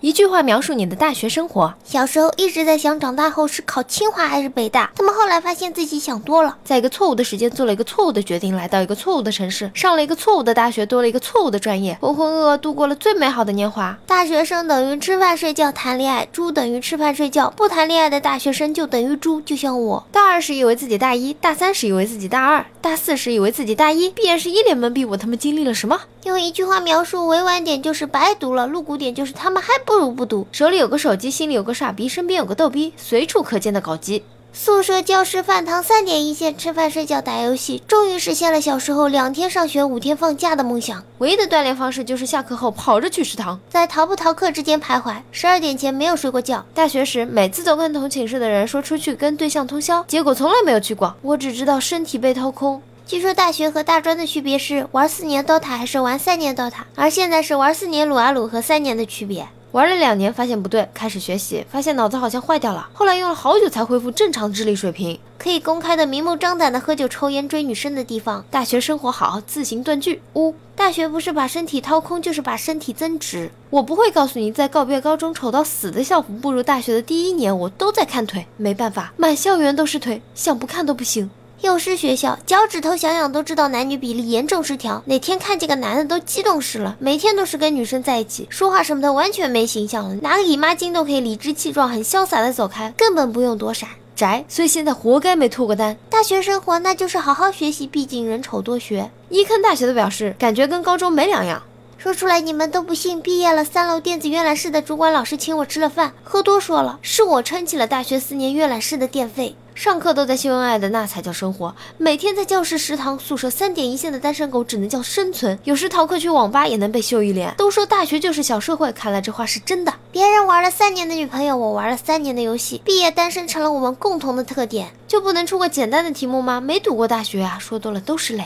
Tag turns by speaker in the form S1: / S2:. S1: 一句话描述你的大学生活。
S2: 小时候一直在想长大后是考清华还是北大，他们后来发现自己想多了。
S1: 在一个错误的时间做了一个错误的决定，来到一个错误的城市，上了一个错误的大学，多了一个错误的专业，浑浑噩噩度过了最美好的年华。
S2: 大学生等于吃饭睡觉谈恋爱，猪等于吃饭睡觉，不谈恋爱的大学生就等于猪，就像我。
S1: 大二时以为自己大一，大三时以为自己大二，大四时以为自己大一，毕业时一脸懵逼，我他妈经历了什么？
S2: 用一句话描述，委婉点就是白读了，露骨点就是他们还不如不读。
S1: 手里有个手机，心里有个傻逼，身边有个逗逼，随处可见的搞基。
S2: 宿舍、教室、饭堂三点一线，吃饭、睡觉、打游戏，终于实现了小时候两天上学、五天放假的梦想。
S1: 唯一的锻炼方式就是下课后跑着去食堂。
S2: 在逃不逃课之间徘徊，十二点前没有睡过觉。
S1: 大学时，每次都跟同寝室的人说出去跟对象通宵，结果从来没有去过。我只知道身体被掏空。
S2: 据说大学和大专的区别是玩四年 DOTA 还是玩三年 DOTA，而现在是玩四年撸啊撸和三年的区别。
S1: 玩了两年，发现不对，开始学习，发现脑子好像坏掉了。后来用了好久才恢复正常智力水平。
S2: 可以公开的、明目张胆的喝酒、抽烟、追女生的地方，
S1: 大学生活好，自行断句。
S2: 五，大学不是把身体掏空，就是把身体增值。
S1: 我不会告诉你，在告别高中丑到死的校服，步入大学的第一年，我都在看腿。没办法，满校园都是腿，想不看都不行。
S2: 幼师学校，脚趾头想想都知道男女比例严重失调。哪天看见个男的都激动死了，每天都是跟女生在一起，说话什么的完全没形象了，拿个姨妈巾都可以理直气壮、很潇洒的走开，根本不用躲闪。
S1: 宅，所以现在活该没脱过单。
S2: 大学生活那就是好好学习，毕竟人丑多学。
S1: 一坑大学的表示，感觉跟高中没两样。
S2: 说出来你们都不信。毕业了，三楼电子阅览室的主管老师请我吃了饭，喝多说了，是我撑起了大学四年阅览室的电费。
S1: 上课都在秀恩爱的那才叫生活，每天在教室、食堂、宿舍三点一线的单身狗只能叫生存。有时逃课去网吧也能被秀一脸。都说大学就是小社会，看来这话是真的。
S2: 别人玩了三年的女朋友，我玩了三年的游戏，毕业单身成了我们共同的特点。
S1: 就不能出个简单的题目吗？没读过大学啊，说多了都是泪。